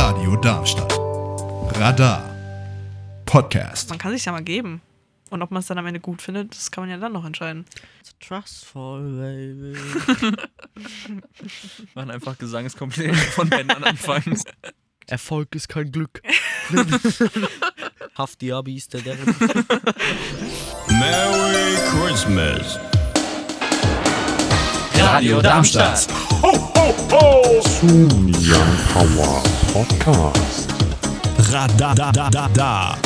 Radio Darmstadt. Radar. Podcast. Man kann sich ja mal geben. Und ob man es dann am Ende gut findet, das kann man ja dann noch entscheiden. Trustful, baby. Machen einfach Gesangskompläne von Männern anfangen. Erfolg ist kein Glück. Haft die Abi ist der Derrick. Merry Christmas. Radio Darmstadt. Radadadada.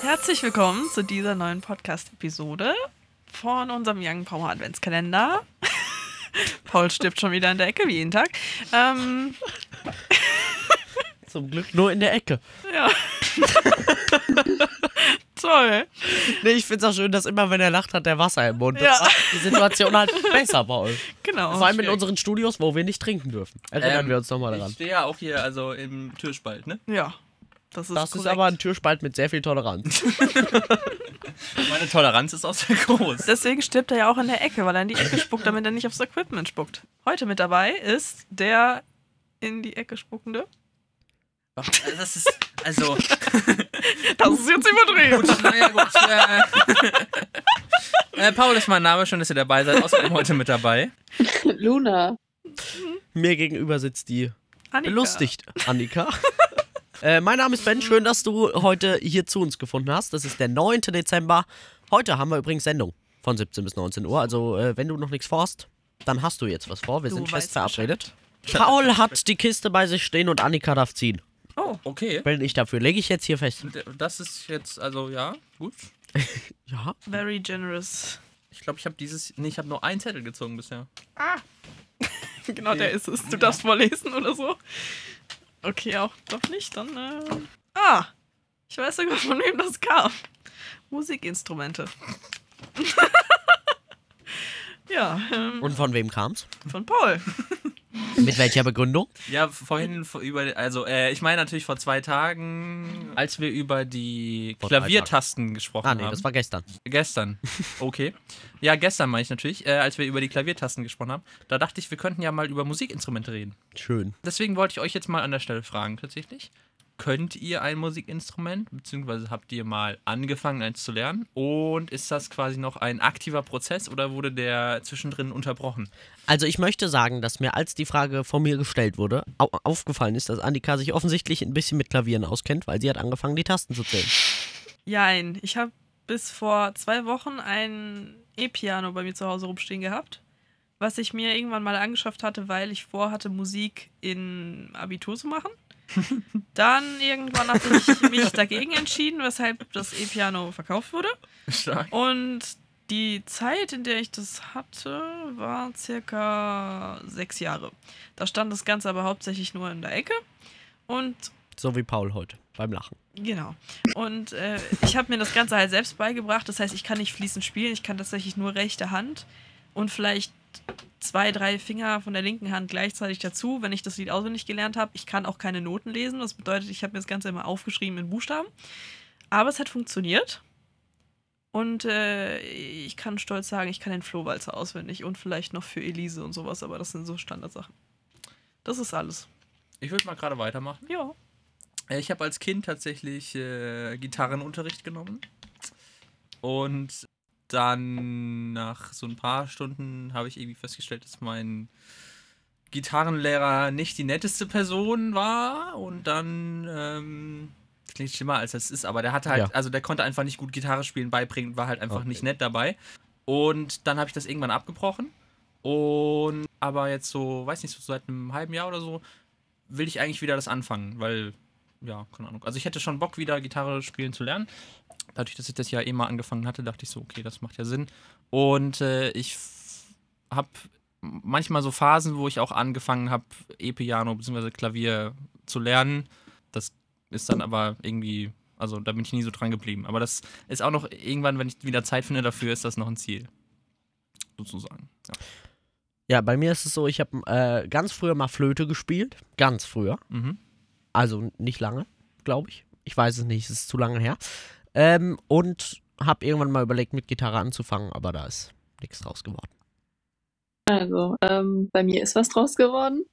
Herzlich willkommen zu dieser neuen Podcast-Episode von unserem Young Power Adventskalender. Paul stirbt schon wieder in der Ecke, wie jeden Tag. Ähm, Zum Glück nur in der Ecke. ja. Toll. Nee, ich find's auch schön, dass immer, wenn er lacht, hat er Wasser im Mund. Das Ja. macht die Situation halt besser bei euch. Genau. Vor allem in unseren Studios, wo wir nicht trinken dürfen. Erinnern wir uns nochmal Ähm, Ich daran. stehe ja auch hier, also im Türspalt, ne? Ja, das ist, Das ist korrekt. aber ein Türspalt mit sehr viel Toleranz. Meine Toleranz ist auch sehr groß. Deswegen stirbt er ja auch in der Ecke, weil er in die Ecke spuckt, damit er nicht aufs Equipment spuckt. Heute mit dabei ist der in die Ecke spuckende. Das ist, also, Das ist jetzt überdreht. naja, gut. Äh, äh, Paul ist mein Name, schön, dass ihr dabei seid. Außerdem heute mit dabei. Luna. Mir gegenüber sitzt die Annika. belustigt, Annika. äh, mein Name ist Ben, schön, dass du heute hier zu uns gefunden hast. Das ist der 9. Dezember. Heute haben wir übrigens Sendung von 17 bis 19 Uhr. Also, äh, wenn du noch nichts vorhast, dann hast du jetzt was vor. Wir Du sind weißt fest verabredet. Paul hat die Kiste bei sich stehen und Annika darf ziehen. Oh, Okay. Bin ich dafür, lege ich jetzt hier fest. Das ist jetzt, also, ja, gut. Ja. very generous. Ich glaube, ich habe dieses, nee, ich habe nur einen Zettel gezogen bisher. Genau, der ist es. Du darfst vorlesen oder so. Okay, auch doch nicht. Dann. Äh... Ah, ich weiß sogar, von wem das kam. Musikinstrumente. ja, ähm, Und von wem kam's? von Paul. Mit welcher Begründung? Ja, vorhin vor- über, also, äh, ich meine natürlich vor zwei Tagen, als wir über die Hm. Vor drei Klaviertasten gesprochen Ah, nee, haben. das war gestern. Gestern. Okay. ja, gestern meine ich natürlich, äh, als wir über die Klaviertasten gesprochen haben. Da dachte ich, wir könnten ja mal über Musikinstrumente reden. Schön. Deswegen wollte ich euch jetzt mal an der Stelle fragen, tatsächlich. Könnt ihr ein Musikinstrument, beziehungsweise habt ihr mal angefangen, eins zu lernen? Und ist das quasi noch ein aktiver Prozess oder wurde der zwischendrin unterbrochen? Also ich möchte sagen, dass mir, als die Frage von mir gestellt wurde, au aufgefallen ist, dass Annika sich offensichtlich ein bisschen mit Klavieren auskennt, weil sie hat angefangen, die Tasten zu zählen. Jein, ich habe bis vor zwei Wochen ein E-Piano bei mir zu Hause rumstehen gehabt, was ich mir irgendwann mal angeschafft hatte, weil ich vorhatte, Musik in Abitur zu machen. Dann irgendwann habe ich mich dagegen entschieden, weshalb das E-Piano verkauft wurde. Stark. Und die Zeit, in der ich das hatte, war circa sechs Jahre. Da stand das Ganze aber hauptsächlich nur in der Ecke. Und So wie Paul heute beim Lachen. Genau. Und äh, ich habe mir das Ganze halt selbst beigebracht. Das heißt, ich kann nicht fließend spielen. Ich kann tatsächlich nur rechte Hand und vielleicht zwei, drei Finger von der linken Hand gleichzeitig dazu, wenn ich das Lied auswendig gelernt habe. Ich kann auch keine Noten lesen. Das bedeutet, ich habe mir das Ganze immer aufgeschrieben in Buchstaben. Aber es hat funktioniert. Und äh, ich kann stolz sagen, ich kann den Flohwalzer auswendig und vielleicht noch für Elise und sowas, aber das sind so Standardsachen. Das ist alles. Ich würde mal gerade weitermachen. Ja. Äh, Ich habe als Kind tatsächlich äh, Gitarrenunterricht genommen. Und dann nach so ein paar Stunden habe ich irgendwie festgestellt, dass mein Gitarrenlehrer nicht die netteste Person war. Und dann ähm, das klingt schlimmer als das ist, aber der hatte halt, Ja. also der konnte einfach nicht gut Gitarre spielen beibringen, und war halt einfach Okay. nicht nett dabei. Und dann habe ich das irgendwann abgebrochen. Und aber jetzt so, weiß nicht, so seit einem halben Jahr oder so, will ich eigentlich wieder das anfangen, weil, ja, keine Ahnung. Also ich hätte schon Bock, wieder Gitarre spielen zu lernen. Dadurch, dass ich das ja eh mal angefangen hatte, dachte ich so, okay, das macht ja Sinn. Und äh, ich habe manchmal so Phasen, wo ich auch angefangen habe, E-Piano bzw. Klavier zu lernen. Das ist dann aber irgendwie, also da bin ich nie so dran geblieben. Aber das ist auch noch irgendwann, wenn ich wieder Zeit finde dafür, ist das noch ein Ziel. Sozusagen. Ja. Ja, bei mir ist es so, ich habe äh, ganz früher mal Flöte gespielt. Ganz früher. Mhm. Also nicht lange, glaube ich. Ich weiß es nicht, es ist zu lange her. Ähm, und habe irgendwann mal überlegt, mit Gitarre anzufangen, aber da ist nichts draus geworden. Also, ähm, bei mir ist was draus geworden.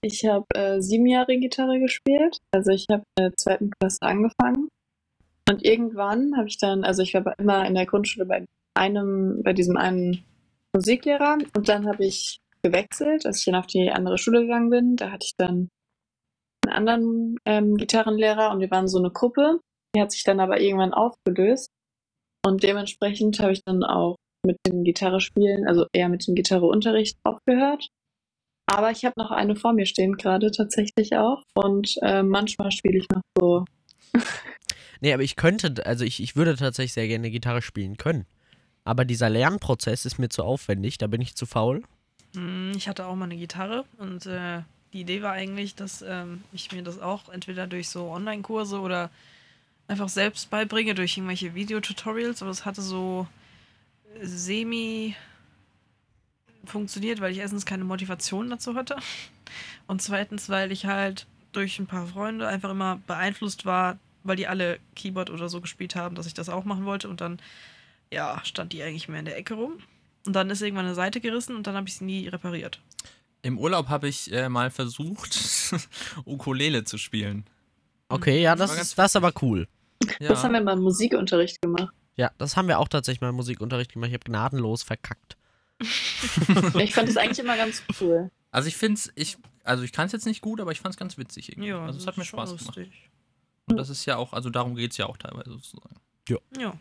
Ich habe äh, sieben Jahre Gitarre gespielt. Also ich habe in der zweiten Klasse angefangen. Und irgendwann habe ich dann, also ich war bei- immer in der Grundschule bei einem, bei diesem einen Musiklehrer. Und dann habe ich gewechselt, als ich dann auf die andere Schule gegangen bin. Da hatte ich dann einen anderen ähm, Gitarrenlehrer und wir waren so eine Gruppe. Die hat sich dann aber irgendwann aufgelöst. Und dementsprechend habe ich dann auch mit dem Gitarre spielen, also eher mit dem Gitarreunterricht aufgehört. Aber ich habe noch eine vor mir stehen gerade tatsächlich auch und äh, manchmal spiele ich noch so. Nee, aber ich könnte, also ich, ich würde tatsächlich sehr gerne Gitarre spielen können. Aber dieser Lernprozess ist mir zu aufwendig, da bin ich zu faul. Mm, Ich hatte auch mal eine Gitarre und äh, die Idee war eigentlich, dass ähm, ich mir das auch entweder durch so Online-Kurse oder einfach selbst beibringe, durch irgendwelche Videotutorials, aber es hatte so äh, semi funktioniert, weil ich erstens keine Motivation dazu hatte und zweitens, weil ich halt durch ein paar Freunde einfach immer beeinflusst war, weil die alle Keyboard oder so gespielt haben, dass ich das auch machen wollte und dann ja, stand die eigentlich mehr in der Ecke rum. Und dann ist irgendwann eine Seite gerissen und dann habe ich sie nie repariert. Im Urlaub habe ich äh, mal versucht, Ukulele zu spielen. Okay, ja, Mhm. das Das war ist ganz das ist aber cool. Das haben wir mal im Musikunterricht gemacht. Ja, das haben wir auch tatsächlich mal im Musikunterricht gemacht. Ich habe gnadenlos verkackt. Ich fand das eigentlich immer ganz cool. Also ich finde es, ich, also ich kann es jetzt nicht gut, aber ich fand es ganz witzig irgendwie. Ja, also es das hat mir ist schon Spaß gemacht. lustig. Und das ist ja auch, also darum geht es ja auch teilweise sozusagen. Ja.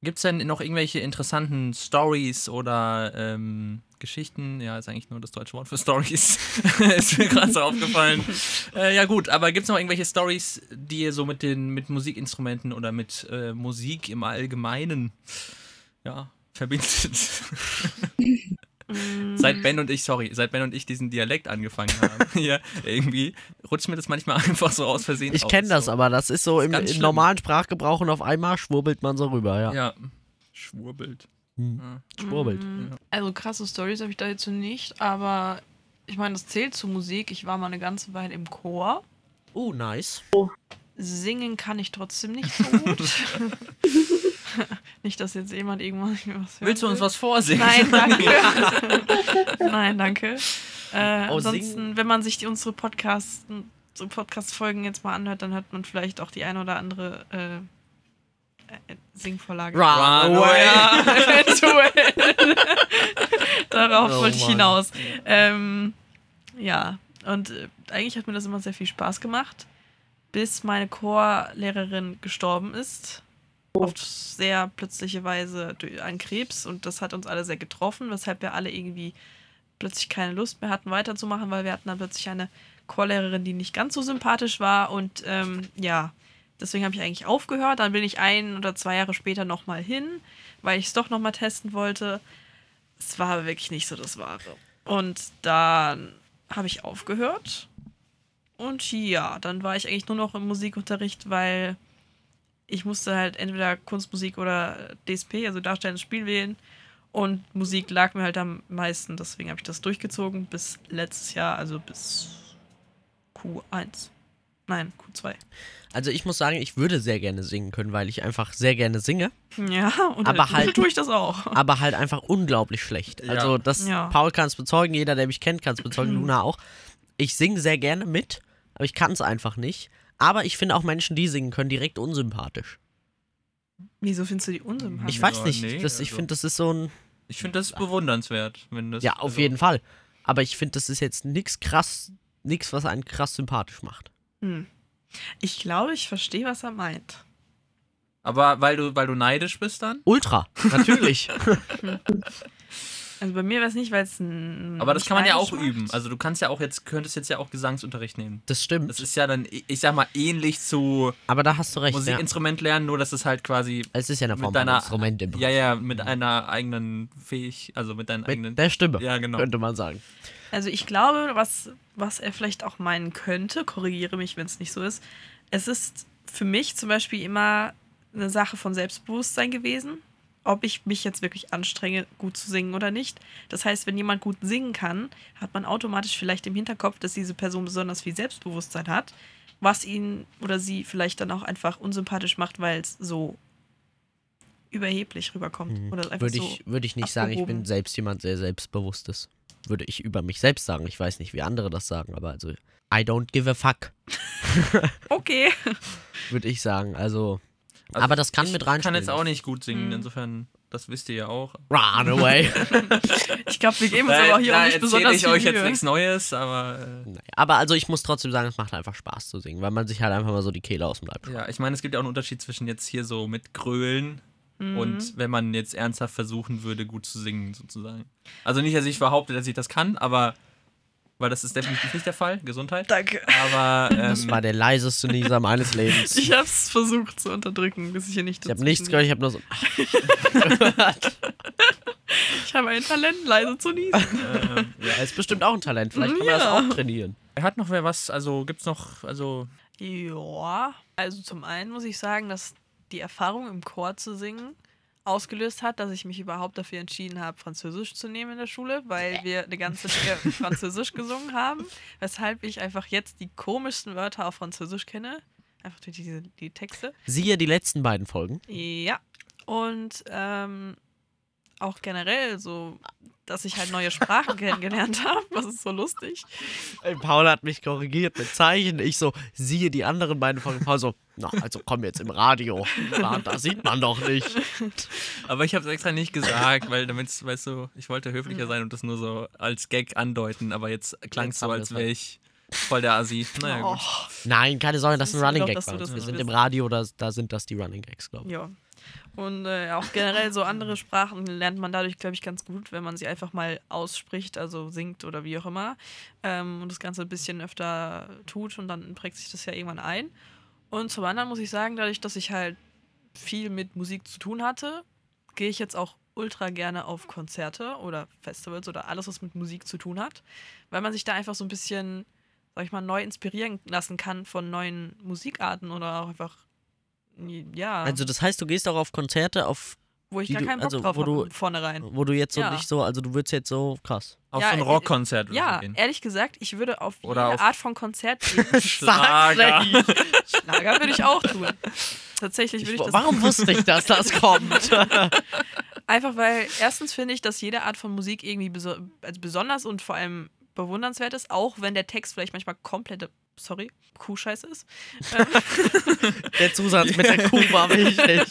Gibt es denn noch irgendwelche interessanten Stories oder ähm, Geschichten? Ja, ist eigentlich nur das deutsche Wort für Stories. ist mir gerade so aufgefallen. Äh, ja, gut, aber gibt es noch irgendwelche Stories, die ihr so mit den mit Musikinstrumenten oder mit äh, Musik im Allgemeinen ja, verbindet? Seit Ben und ich, sorry, seit Ben und ich diesen Dialekt angefangen haben, hier irgendwie rutscht mir das manchmal einfach so aus Versehen. Ich raus. kenne das, So. aber das ist so Ist im, ganz im schlimm. normalen Sprachgebrauch und auf einmal schwurbelt man so rüber, ja. Ja, schwurbelt. Hm. Ja. Schwurbelt. Mhm. Mm, Also krasse Stories habe ich dazu nicht, aber ich meine, das zählt zu Musik. Ich war mal eine ganze Weile im Chor. Oh, nice. Singen kann ich trotzdem nicht so gut. nicht, dass jetzt jemand irgendwann mir was hören Willst du uns will. was vorsingen? Nein, danke. Nein, danke. Äh, Oh, ansonsten, singen. wenn man sich die, unsere Podcasts, so Podcast-Folgen jetzt mal anhört, dann hört man vielleicht auch die eine oder andere äh, äh, Singvorlage. Run away. Ja, eventuell. Darauf Oh wollte ich Mann. hinaus. Ähm, ja, und äh, eigentlich hat mir das immer sehr viel Spaß gemacht, bis meine Chorlehrerin gestorben ist. Auf sehr plötzliche Weise durch- an Krebs und das hat uns alle sehr getroffen, weshalb wir alle irgendwie plötzlich keine Lust mehr hatten, weiterzumachen, weil wir hatten dann plötzlich eine Chorlehrerin, die nicht ganz so sympathisch war und ähm, ja, deswegen habe ich eigentlich aufgehört. Dann bin ich ein oder zwei Jahre später nochmal hin, weil ich es doch nochmal testen wollte. Es war aber wirklich nicht so das Wahre. Und dann habe ich aufgehört. Und ja, dann war ich eigentlich nur noch im Musikunterricht, weil ich musste halt entweder Kunstmusik oder DSP, also darstellendes Spiel wählen. Und Musik lag mir halt am meisten, deswegen habe ich das durchgezogen bis letztes Jahr, also bis Q1. Nein, Q2. Also ich muss sagen, ich würde sehr gerne singen können, weil ich einfach sehr gerne singe, Ja, und Aber dann halt- tue ich das auch. aber halt einfach unglaublich schlecht. Oh. Ja. Also das, Ja. Paul kann es bezeugen, jeder, der mich kennt, kann es bezeugen, Luna auch. Ich singe sehr gerne mit, aber ich kann es einfach nicht. Aber ich finde auch Menschen, die singen können, direkt unsympathisch. Wieso findest du die unsympathisch? Ich weiß Ja, nicht, nee, das, ich also- finde, das ist so ein... Ich finde das bewundernswert, wenn das. Ja, auf also, jeden Fall. Aber ich finde, das ist jetzt nichts krass, nichts, was einen krass sympathisch macht. Hm. Ich glaube, ich verstehe, was er meint. Aber weil du, weil du neidisch bist dann? Ultra, natürlich. Also bei mir wäre es nicht, weil es ein. Aber das kann man ja auch macht. üben. Also du kannst ja auch jetzt, könntest jetzt ja auch Gesangsunterricht nehmen. das stimmt. Das ist ja dann, ich ich sag mal, ähnlich zu aber da hast du recht. Ja. Musikinstrument lernen, nur dass es halt quasi Es ist ja eine Form mit von deiner. Instrument im ja, ja, mit einer eigenen Fähig, also mit deinen eigenen. Mit der Stimme, Ja, genau. könnte man sagen. Also ich glaube, was, was er vielleicht auch meinen könnte, korrigiere mich, wenn es nicht so ist. Es ist für mich zum Beispiel immer eine Sache von Selbstbewusstsein gewesen, ob ich mich jetzt wirklich anstrenge, gut zu singen oder nicht. Das heißt, wenn jemand gut singen kann, hat man automatisch vielleicht im Hinterkopf, dass diese Person besonders viel Selbstbewusstsein hat, was ihn oder sie vielleicht dann auch einfach unsympathisch macht, weil es so überheblich rüberkommt. Oder einfach Würde so. ich, Mhm. würde ich nicht sagen, ich bin abgehoben. selbst jemand sehr selbstbewusstes. würde ich über mich selbst sagen. Ich weiß nicht, wie andere das sagen, aber also, I don't give a fuck, Okay. würde ich sagen. Also, Also aber das kann ich mit kann reinspielen. jetzt auch nicht gut singen, Mhm. insofern, das wisst ihr ja auch. Run away. Ich glaube, wir geben uns aber hier auch nicht erzähle besonders ich viel euch jetzt Mühe. nichts Neues, aber äh, Naja, aber also ich muss trotzdem sagen, es macht einfach Spaß zu singen, weil man sich halt einfach mal so die Kehle aus dem Leib äh, schreit. ja, ich meine, es gibt ja auch einen Unterschied zwischen jetzt hier so mit Grölen Mhm. und wenn man jetzt ernsthaft versuchen würde, gut zu singen, sozusagen. Also nicht, dass ich behaupte, dass ich das kann, aber weil das ist definitiv nicht der Fall, Gesundheit. Danke. Aber Das war ähm, der leiseste Nieser meines Lebens. Ich hab's versucht zu unterdrücken, bis ich hier nicht Ich habe nichts gehört, ich habe nur so. Ich habe ein Talent, leise zu niesen. ähm, ja. Er ist bestimmt auch ein Talent, vielleicht kann man Ja. das auch trainieren. hat noch wer was? Also gibt's noch, also Ja, also zum einen muss ich sagen, dass die Erfahrung im Chor zu singen ausgelöst hat, dass ich mich überhaupt dafür entschieden habe, Französisch zu nehmen in der Schule, weil wir eine ganze Menge Französisch gesungen haben, weshalb ich einfach jetzt die komischsten Wörter auf Französisch kenne. Einfach durch diese, die Texte. Siehe die letzten beiden Folgen. Ja. Und ähm, auch generell so, dass ich halt neue Sprachen kennengelernt habe. Das ist so lustig. Ey, Paula hat mich korrigiert mit Zeichen. Ich so, siehe die anderen beiden Folgen. Paula so, na, also komm jetzt im Radio. Na, das sieht man doch nicht. Aber ich habe es extra nicht gesagt, weil damit, weißt du, ich wollte höflicher sein und das nur so als Gag andeuten, aber jetzt klang es Jetzt so, haben als wir es. wäre ich voll der Asi. Naja, oh, gut. Nein, keine Sorge, das Wissen ist ein wir Running doch, Gag. dass du bei uns. das Wir sind bist. im Radio, da, da sind das die Running Gags, glaube ich. ja. Und äh, auch generell so andere Sprachen lernt man dadurch, glaube ich, ganz gut, wenn man sie einfach mal ausspricht, also singt oder wie auch immer. Ähm, und das Ganze ein bisschen öfter tut und dann prägt sich das ja irgendwann ein. Und zum anderen muss ich sagen, dadurch, dass ich halt viel mit Musik zu tun hatte, gehe ich jetzt auch ultra gerne auf Konzerte oder Festivals oder alles, was mit Musik zu tun hat, weil man sich da einfach so ein bisschen, sag ich mal, neu inspirieren lassen kann von neuen Musikarten oder auch einfach, ja, Also das heißt, du gehst auch auf Konzerte, auf, wo ich die gar du- keinen Bock also, drauf wo du- Oh, habe von vornherein. wo du jetzt so Ja. nicht so, also du würdest jetzt so, krass. Auf Ja, so ein äh, Rockkonzert würde Ja, ich gehen. ehrlich gesagt, ich würde auf Oder jede auf- Art von Konzert gehen. Schlager. Schlager würde ich auch tun. Tatsächlich würde ich das Warum wusste ich, dass das kommt? Einfach weil, erstens finde ich, dass jede Art von Musik irgendwie beso also besonders und vor allem bewundernswert ist, auch wenn der Text vielleicht manchmal komplette, sorry, Kuhscheiße ist. Ähm, der Zusatz mit der Kuh war wichtig.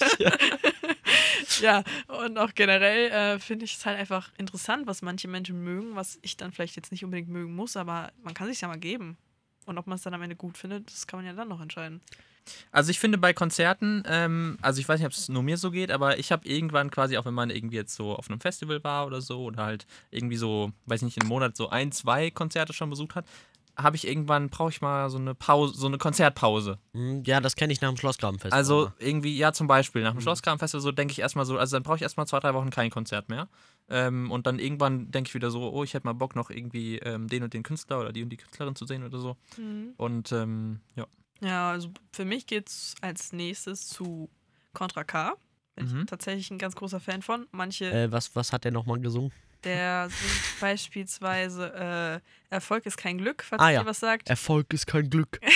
ja, und auch generell äh, finde ich es halt einfach interessant, was manche Menschen mögen, was ich dann vielleicht jetzt nicht unbedingt mögen muss, aber man kann sich ja mal geben. Und ob man es dann am Ende gut findet, das kann man ja dann noch entscheiden. Also ich finde bei Konzerten, ähm, also ich weiß nicht, ob es nur mir so geht, aber ich habe irgendwann quasi, auch wenn man irgendwie jetzt so auf einem Festival war oder so, oder halt irgendwie so, weiß nicht, im Monat so ein, zwei Konzerte schon besucht hat, habe ich irgendwann, brauche ich mal so eine Pause, so eine Konzertpause. Hm, Ja, das Mhm. kenne ich nach dem Schlossgrabenfest. Also Aber- irgendwie, ja, zum Beispiel nach dem Schlossgrabenfestival so denke ich erstmal so, also dann brauche ich erstmal zwei, drei Wochen kein Konzert mehr. Ähm, und dann irgendwann denke ich wieder so, oh, ich hätte mal Bock noch irgendwie ähm, den und den Künstler oder die und die Künstlerin zu sehen oder so. Und ähm, ja. Ja, also für mich geht's als nächstes zu Contra K. Bin Mhm. ich tatsächlich ein ganz großer Fan von. Manche Äh, was, was hat der nochmal gesungen? Der singt beispielsweise äh, Erfolg ist kein Glück, falls Ah, ihr ja. was sagt. Erfolg ist kein Glück. Äh,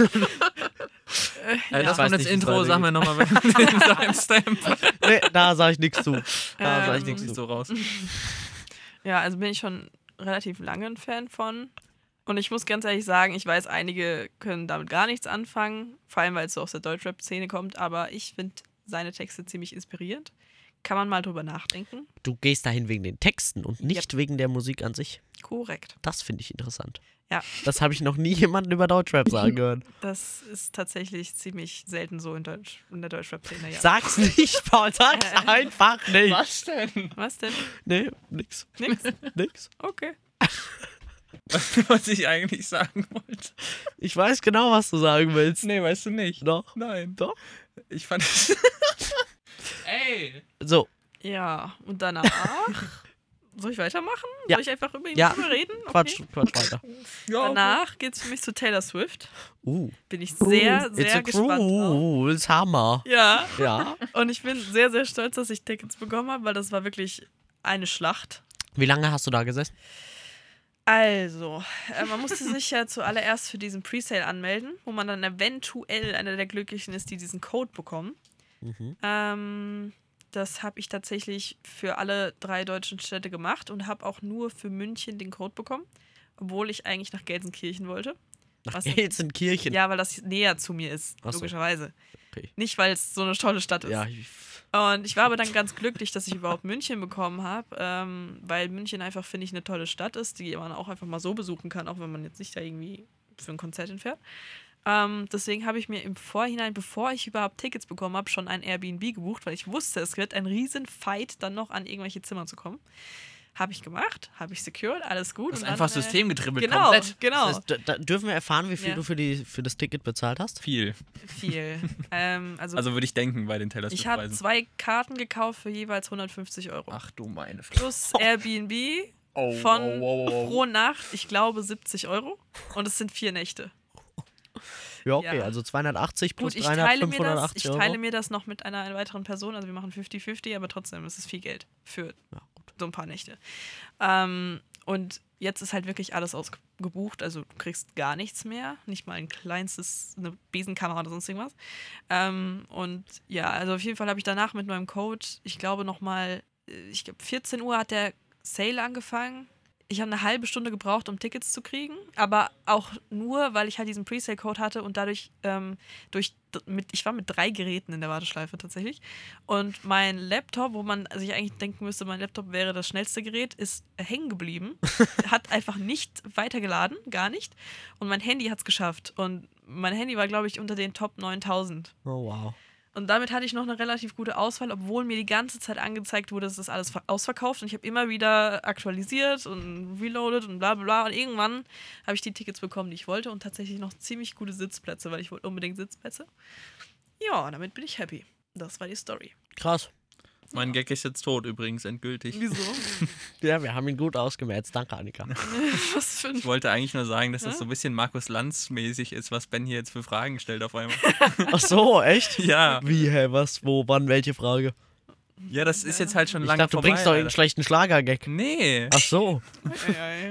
Ich weiß kommt das nicht, Intro, wie's sagen wir nochmal mit seinem Stamp. Nee, da sage ich nichts zu. Da sage ich Ähm, nichts Nicht zu. so raus. Ja, also bin ich schon relativ lange ein Fan von. Und ich muss ganz ehrlich sagen, ich weiß, einige können damit gar nichts anfangen, vor allem weil es so aus der Deutschrap-Szene kommt, aber ich finde seine Texte ziemlich inspirierend. Kann man mal drüber nachdenken. Du gehst dahin wegen den Texten und nicht wegen der Musik an sich. Korrekt. Das finde ich interessant. Ja. Das habe ich noch nie jemanden über Deutschrap sagen gehört. Das ist tatsächlich ziemlich selten so in, Deutsch, in der Deutschrap-Szene. Ja. Sag's nicht, Paul, sag's Äh. einfach nicht. Was? Was denn? Nee, nix, Nix? nix. Okay. Was ich eigentlich sagen wollte. Ich weiß genau, was du sagen willst. Nee, weißt du nicht. Doch. Nein. Doch. Ich fand es. Ey! So, Ja, und danach. Soll ich weitermachen? Ja. Soll ich einfach über ihn Ja. drüber reden? Okay. Quatsch, Quatsch weiter. Danach geht's für mich zu Taylor Swift. Uh, Bin ich sehr, it's a sehr gespannt. Auf. cruel summer. Ja, Ja. und ich bin sehr, sehr stolz, dass ich Tickets bekommen habe, weil das war wirklich eine Schlacht. Wie lange hast du da gesessen? Also, äh, man musste sich ja zuallererst für diesen Presale anmelden, wo man dann eventuell einer der Glücklichen ist, die diesen Code bekommen. Mhm. Ähm, Das habe ich tatsächlich für alle drei deutschen Städte gemacht und habe auch nur für München den Code bekommen, obwohl ich eigentlich nach Gelsenkirchen wollte. Nach Was denn? Gelsenkirchen. Ja, weil das näher zu mir ist, Ach so. logischerweise. Okay. Nicht, weil es so eine tolle Stadt ist. Ja, ich, Und ich war aber dann ganz glücklich, dass ich überhaupt München bekommen habe, ähm, weil München einfach, finde ich, eine tolle Stadt ist, die man auch einfach mal so besuchen kann, auch wenn man jetzt nicht da irgendwie für ein Konzert hinfährt. Ähm, deswegen habe ich mir im Vorhinein, bevor ich überhaupt Tickets bekommen habe, schon ein Airbnb gebucht, weil ich wusste, es wird ein riesen Fight, dann noch an irgendwelche Zimmer zu kommen. Habe ich gemacht, habe ich secured, alles gut. Das ist und einfach dann, äh, systemgetribbelt Genau, komplett. genau. das, da, da dürfen wir erfahren, wie viel Ja. du für, die, für das Ticket bezahlt hast? Viel. viel. ähm, also, Also würde ich denken bei den Taylor ich habe Swift-Preisen. zwei Karten gekauft für jeweils 150 Euro. Ach du meine Fresse. plus Airbnb Oh, von wow, wow, wow. pro Nacht, ich glaube, 70 Euro. Und es sind vier Nächte. Ja, okay, Ja. also 280 plus Gut, ich 300, teile, mir das, 580 ich teile Euro. mir das noch mit einer, einer weiteren Person. Also wir machen 50-50, aber trotzdem, es ist viel Geld für Ja, gut. so ein paar Nächte. Ähm, und jetzt ist halt wirklich alles ausgebucht. Also du kriegst gar nichts mehr. Nicht mal ein kleinstes, eine Besenkammer oder sonst irgendwas. Ähm, und ja, also auf jeden Fall habe ich danach mit meinem Code, ich glaube nochmal, ich glaube 14 Uhr hat der Sale angefangen. Ich habe eine halbe Stunde gebraucht, um Tickets zu kriegen, aber auch nur, weil ich halt diesen Presale-Code hatte und dadurch ähm, durch d- mit ich war mit drei Geräten in der Warteschleife tatsächlich und mein Laptop, wo man sich eigentlich denken müsste, mein Laptop wäre das schnellste Gerät, ist hängen geblieben, hat einfach nicht weitergeladen, gar nicht und mein Handy hat es geschafft und mein Handy war glaube ich unter den Top 9000 Oh, wow. und damit hatte ich noch eine relativ gute Auswahl, obwohl mir die ganze Zeit angezeigt wurde, es ist alles ver- ausverkauft. Und ich habe immer wieder aktualisiert und reloaded und bla bla bla. Und irgendwann habe ich die Tickets bekommen, die ich wollte. Und tatsächlich noch ziemlich gute Sitzplätze, weil ich wollte unbedingt Sitzplätze. Ja, damit bin ich happy. Das war die Story. Krass. Mein Gag ist jetzt tot übrigens, endgültig. Wieso? Ja, wir haben ihn gut ausgemerzt. Danke, Annika. Was für ein Ich wollte eigentlich nur sagen, dass das Hä? so ein bisschen Markus Lanz-mäßig ist, was Ben hier jetzt für Fragen stellt auf einmal. Ach so, echt? ja, Wie, hä, was, wo, wann, welche Frage? ja, das ist jetzt halt schon Ich lange dachte, du vorbei. bringst doch einen Alter. schlechten Schlager-Gag. Nee, Ach so.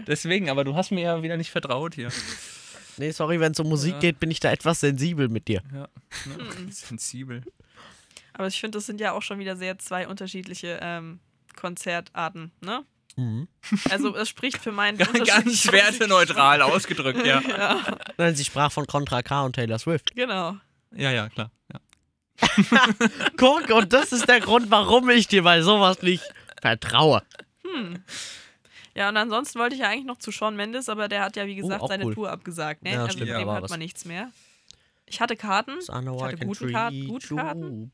deswegen, aber du hast mir ja wieder nicht vertraut hier. Nee, sorry, wenn es um Musik Ja. geht, bin ich da etwas sensibel mit dir. Ja, Mhm. ne? sensibel. Aber ich finde, das sind ja auch schon wieder sehr zwei unterschiedliche ähm, Konzertarten, ne? Mhm. Also es spricht für meinen Ganz unterschiedlichen- werteneutral ausgedrückt, ja. Ja, Nein, sie sprach von Contra K und Taylor Swift. genau. Ja, ja, klar. Ja. Guck, und das ist der Grund, warum ich dir bei sowas nicht vertraue. Ja, und ansonsten wollte ich ja eigentlich noch zu Sean Mendes, aber der hat ja, wie gesagt, Oh, auch seine cool. Tour abgesagt. Ne? Ja, also stimmt, mit ja, dem war hört was. man nichts mehr. Ich hatte Karten. Ich hatte gute Karten. Gute Karten.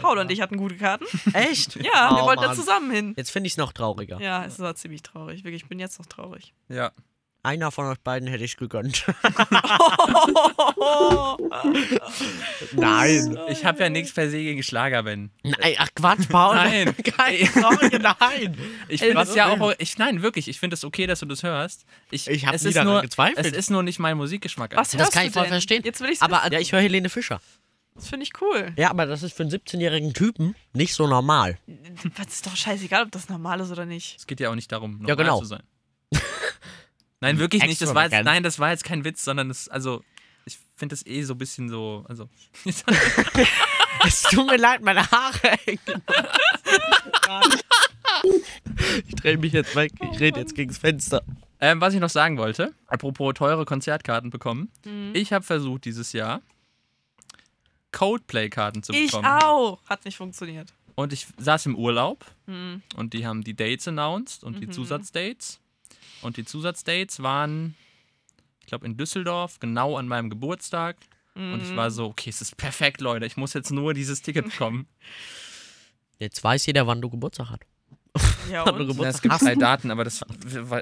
Paul und ich hatten gute Karten. Echt? Ja, wir Oh, wollten da Mann. zusammen hin. Jetzt finde ich es noch trauriger. Ja, es war ziemlich traurig. Wirklich, ich bin jetzt noch traurig. ja. Einer von euch beiden hätte ich gegönnt. Nein. Ich habe ja nichts per se gegen Schlager, Ben. Nein. Ach Quatsch, Paul. Nein. Keine Sorge, nein. Ich Ey, was das- ja auch. Ich, nein, wirklich. Ich finde es okay, dass du das hörst. Ich, Ich hab es nie ist daran nur- gezweifelt. Es ist nur nicht mein Musikgeschmack. Was Das hörst kann du ich voll denn? verstehen. Jetzt will ich Aber ja, ich höre Helene Fischer. Das finde ich cool. Ja, aber das ist für einen 17-jährigen Typen nicht so normal. Was ist doch scheißegal, ob das normal ist oder nicht. Es geht ja auch nicht darum, normal Ja, genau. zu sein. nein, wirklich nicht. Das war jetzt, Extravagant. nein, das war jetzt kein Witz, sondern das, also, ich finde das eh so ein bisschen so. Also, Es tut mir leid, meine Haare hängen. Ich drehe mich jetzt weg. Ich rede jetzt gegen das Fenster. ähm, was ich noch sagen wollte, apropos teure Konzertkarten bekommen. Mhm. Ich habe versucht dieses Jahr Coldplay-Karten zu Ich bekommen. auch. Hat nicht funktioniert. Und ich saß im Urlaub Hm. und die haben die Dates announced und die Mhm. Zusatzdates. Und die Zusatzdates waren, ich glaube, in Düsseldorf, genau an meinem Geburtstag. Und Mhm. ich war so, okay, es ist perfekt, Leute. Ich muss jetzt nur dieses Ticket bekommen. Jetzt weiß jeder, wann du Geburtstag hast. Ja, Wann du und? Na, Geburtstag es gibt hast. drei Daten, aber das.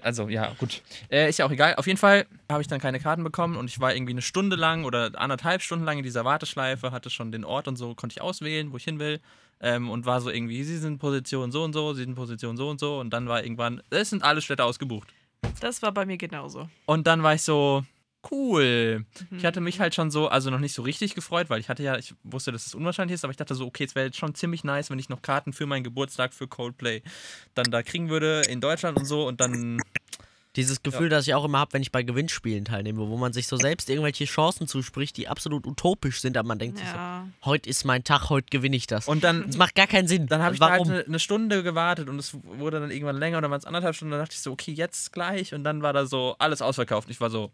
Also, ja, gut. Äh, ist ja auch egal. Auf jeden Fall habe ich dann keine Karten bekommen und ich war irgendwie eine Stunde lang oder anderthalb Stunden lang in dieser Warteschleife, hatte schon den Ort und so, konnte ich auswählen, wo ich hin will. Ähm, und war so irgendwie, sie sind in Position so und so, sie sind in Position so und so. Und dann war irgendwann, es sind alle Städte ausgebucht. Das war bei mir genauso. Und dann war ich so. Cool. Mhm. Ich hatte mich halt schon so, also noch nicht so richtig gefreut, weil ich hatte ja, ich wusste, dass es unwahrscheinlich ist, aber ich dachte so, okay, es wäre jetzt schon ziemlich nice, wenn ich noch Karten für meinen Geburtstag für Coldplay dann da kriegen würde in Deutschland und so und dann Dieses Gefühl, das ich auch immer habe, wenn ich bei Gewinnspielen teilnehme, wo man sich so selbst irgendwelche Chancen zuspricht, die absolut utopisch sind, aber man denkt sich so, Ja. heute ist mein Tag, heute gewinne ich das. Und dann, das macht gar keinen Sinn. dann habe ich da halt Warum? eine, eine Stunde gewartet und es wurde dann irgendwann länger und dann waren es anderthalb Stunden. Dann dachte ich so, okay, jetzt gleich. Und dann war da so alles ausverkauft. Ich war so,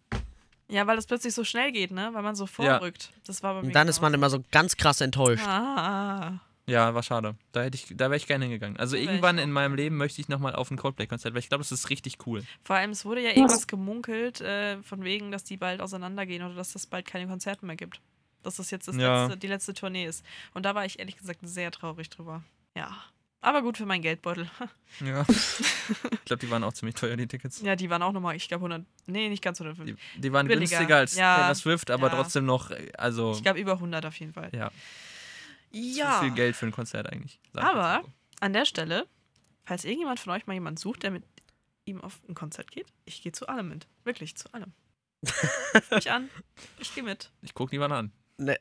ja, weil das plötzlich so schnell geht, ne? Weil man so vorrückt. Das war bei mir. und dann ist man immer so ganz krass enttäuscht. genauso. Ah, ja, war schade. Da hätte ich, da wäre ich gerne hingegangen. Also Da wär ich irgendwann auch in meinem Leben möchte ich nochmal auf ein Coldplay-Konzert, weil ich glaube, das ist richtig cool. vor allem, es wurde ja irgendwas gemunkelt, äh, von wegen, dass die bald auseinandergehen oder dass es bald keine Konzerte mehr gibt. Dass das jetzt das Ja. letzte, die letzte Tournee ist. Und da war ich ehrlich gesagt sehr traurig drüber. Ja. Aber gut für meinen Geldbeutel. Ja. ich glaube, die waren auch ziemlich teuer, die Tickets. Ja, die waren auch nochmal, ich glaube, 100. Nee, nicht ganz 105. Die, die waren Hm. Billiger. günstiger als Ja. Taylor Swift, aber Ja. trotzdem noch, äh, also Ich glaube, über 100 auf jeden Fall. Ja. Ja. zu viel Geld für ein Konzert eigentlich. Sag ich Aber jetzt mal an der Stelle, falls irgendjemand von euch mal jemanden sucht, der mit ihm auf ein Konzert geht, ich gehe zu allem mit. Wirklich, zu allem. Ruf mich an. Ich gehe mit. so. Ich gucke niemanden an. Nee.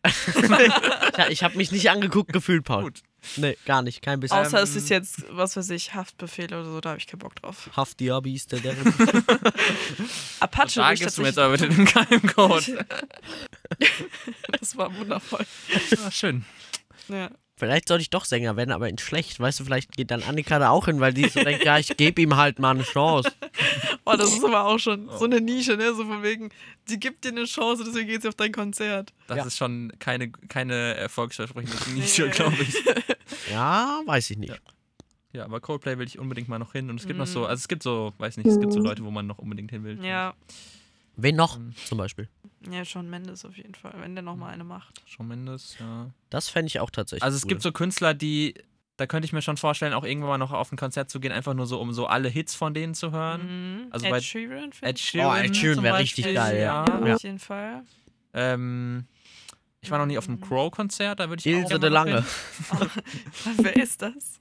ja, ich habe mich nicht angeguckt gefühlt, Paul. Gut. Nee, gar nicht, kein Ähm, bisschen. Außer es ist jetzt, was weiß ich, Haftbefehl oder so, da habe ich keinen Bock drauf. Haft Diaby ist der der. Apache da will ich gibst du mir jetzt tatsächlich. aber bitte den Geheimcode. Das war wundervoll. ah, schön. Ja. Vielleicht sollte ich doch Sänger werden, aber in schlecht. Weißt du, vielleicht geht dann Annika da auch hin, weil die so denkt, ja, ich gebe ihm halt mal eine Chance. Oh, das ist aber auch schon Oh. so eine Nische, ne? So von wegen, die gibt dir eine Chance, deswegen geht sie auf dein Konzert. Das Ja. ist schon keine, keine erfolgsversprechende Nische, glaube ich. Ja, weiß ich nicht. Ja, aber Coldplay will ich unbedingt mal noch hin. Und es gibt noch so, also es gibt so, weiß nicht, es gibt so Leute, wo man noch unbedingt hin will. Mhm. Ja, Wen noch Ähm. zum Beispiel? ja, schon Mendes auf jeden Fall, wenn der nochmal eine macht. Shawn Mendes, ja. Das fände ich auch tatsächlich. Also es cool. gibt so Künstler, die, da könnte ich mir schon vorstellen, auch irgendwann mal noch auf ein Konzert zu gehen, einfach nur so, um so alle Hits von denen zu hören. Mhm. Also Ed bei- Sheeran, find Ed ich Sheeran, Ed Sheeran zum Oh, wär Beispiel, richtig geil, ja. Ja, Ja. auf jeden Fall. Ähm, ich war noch nie auf einem Crow-Konzert, da würde ich auch Ilse gerne de mal noch Lange. hin. Oh, Wer ist das?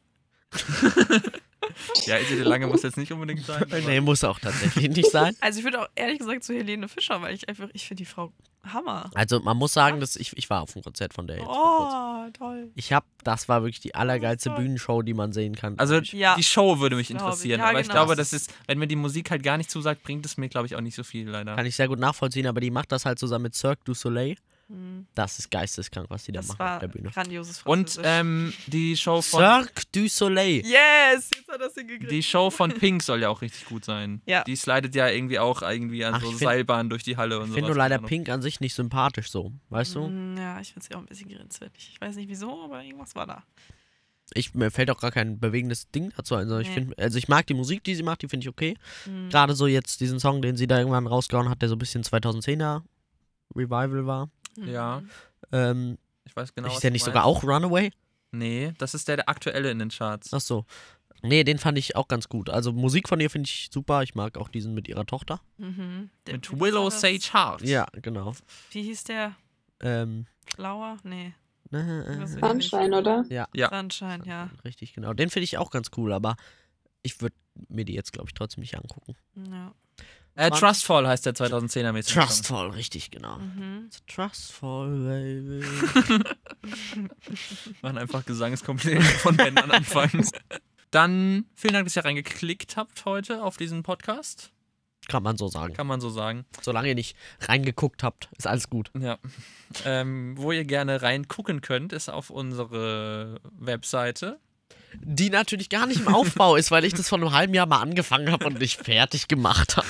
Ja, Ilse de Lange muss jetzt nicht unbedingt sein. aber- Nee, muss auch tatsächlich nicht sein. Also ich würde auch ehrlich gesagt zu Helene Fischer, weil ich einfach, ich finde die Frau Hammer. Also man muss sagen, dass ich, ich war auf dem Konzert von der jetzt. vor kurzem. Oh, toll. Ich hab, das war wirklich die allergeilste Bühnenshow, die man sehen kann. Also Ja. die Show würde mich Glaub ich. interessieren, Ja, aber ich genau. glaube, das ist, wenn mir die Musik halt gar nicht zusagt, bringt es mir, glaube ich, auch nicht so viel leider. kann ich sehr gut nachvollziehen, aber die macht das halt zusammen mit Cirque du Soleil. Mhm. Das ist geisteskrank, was die da Das machen auf war der Bühne. grandioses Und Französisch. ähm, die Show von Cirque du Soleil. yes, jetzt hat er sie gekriegt. die Show von Pink soll ja auch richtig gut sein. Ja. Die slidet ja irgendwie auch irgendwie an Ach, so ich find- Seilbahnen durch die Halle und Ich so. finde nur leider Pink an sich nicht sympathisch so, weißt du? Mm, Ja, ich finde sie auch ein bisschen grenzwertig. Ich weiß nicht wieso, aber irgendwas war da. ich, mir fällt auch gar kein bewegendes Ding dazu ein, sondern ich Nee. finde, also ich mag die Musik, die sie macht, die finde ich okay. Mhm. Gerade so jetzt diesen Song, den sie da irgendwann rausgehauen hat, der so ein bisschen 2010er Revival war. Mm. Ja. Ähm, Ich weiß genau. ist was der du nicht meinst. sogar auch Runaway? Nee, das ist der, der aktuelle in den Charts. Ach so. Nee, den fand ich auch ganz gut. Also Musik von ihr finde ich super. Ich mag auch diesen mit ihrer Tochter. Mhm. Der- Mit wie Willow war das? Sage Hart. Ja, genau. Wie hieß der? Ähm, Blauer? Nee. äh, Was äh, ist- Sonnenschein, oder? Ja. Sunshine, ja. richtig, genau. Den finde ich auch ganz cool, aber ich würde mir die jetzt, glaube ich, trotzdem nicht angucken. ja. Äh, Mann. Trustfall heißt der 2010er mäßig. Trustful, richtig, genau. Mhm. Trustful, baby. Machen einfach Gesangskompläne von Ben am Anfang. Dann vielen Dank, dass ihr reingeklickt habt heute auf diesen Podcast. Kann man so sagen. Kann man so sagen. Solange ihr nicht reingeguckt habt, ist alles gut. Ja. Ähm, wo ihr gerne reingucken könnt, ist auf unsere Webseite. Die natürlich gar nicht im Aufbau ist, weil ich das vor einem halben Jahr mal angefangen habe und nicht fertig gemacht habe.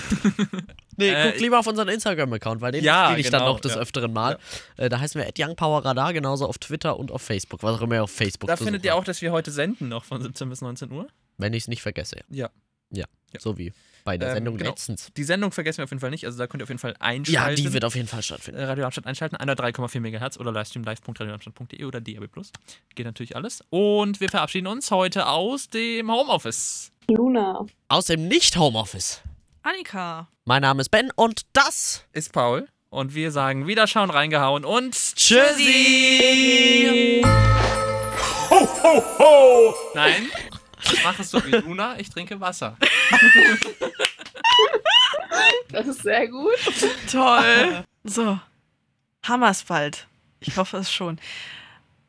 Nee, Äh, guckt lieber auf unseren Instagram-Account, weil den Ja, spiele ich dann genau, noch des ja. Öfteren mal. Äh, da heißen wir @YoungPowerRadar, genauso auf Twitter und auf Facebook, was auch immer ihr auf Facebook Da zu findet suchen ihr habt. auch, dass wir heute senden noch von 17 bis 19 Uhr. Wenn ich es nicht vergesse, ja. Ja. Ja. So wie bei der Ähm, Sendung genau. letztens. Die Sendung vergessen wir auf jeden Fall nicht. Also da könnt ihr auf jeden Fall einschalten. Ja, die wird auf jeden Fall stattfinden. Äh, Radio Darmstadt einschalten, 103,4 MHz oder Livestream live.radiodarmstadt.de oder DAB+. Geht natürlich alles. Und wir verabschieden uns heute aus dem Homeoffice. Luna. Aus dem Nicht-Homeoffice. Annika. Mein Name ist Ben und das Ist Paul. Und wir sagen Wiederschauen, reingehauen und Tschüssi! Nein, mach es so wie Luna, ich trinke Wasser. Das ist sehr gut. Toll. so. Hammersbald. Ich hoffe es schon.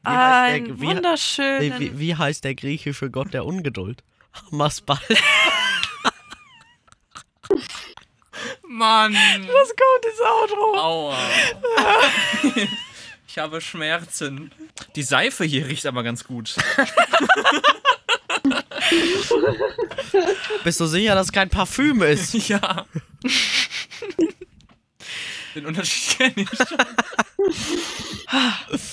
Wie heißt der- Ein wie- Nee, wunderschönen wie, wie heißt der griechische Gott der Ungeduld? Hamas bald. Mann. Was kommt ins Outro? Aua. ich habe Schmerzen. Die Seife hier riecht aber ganz gut. Bist du sicher, dass es kein Parfüm ist? Ja. Den Unterschied kenne ich.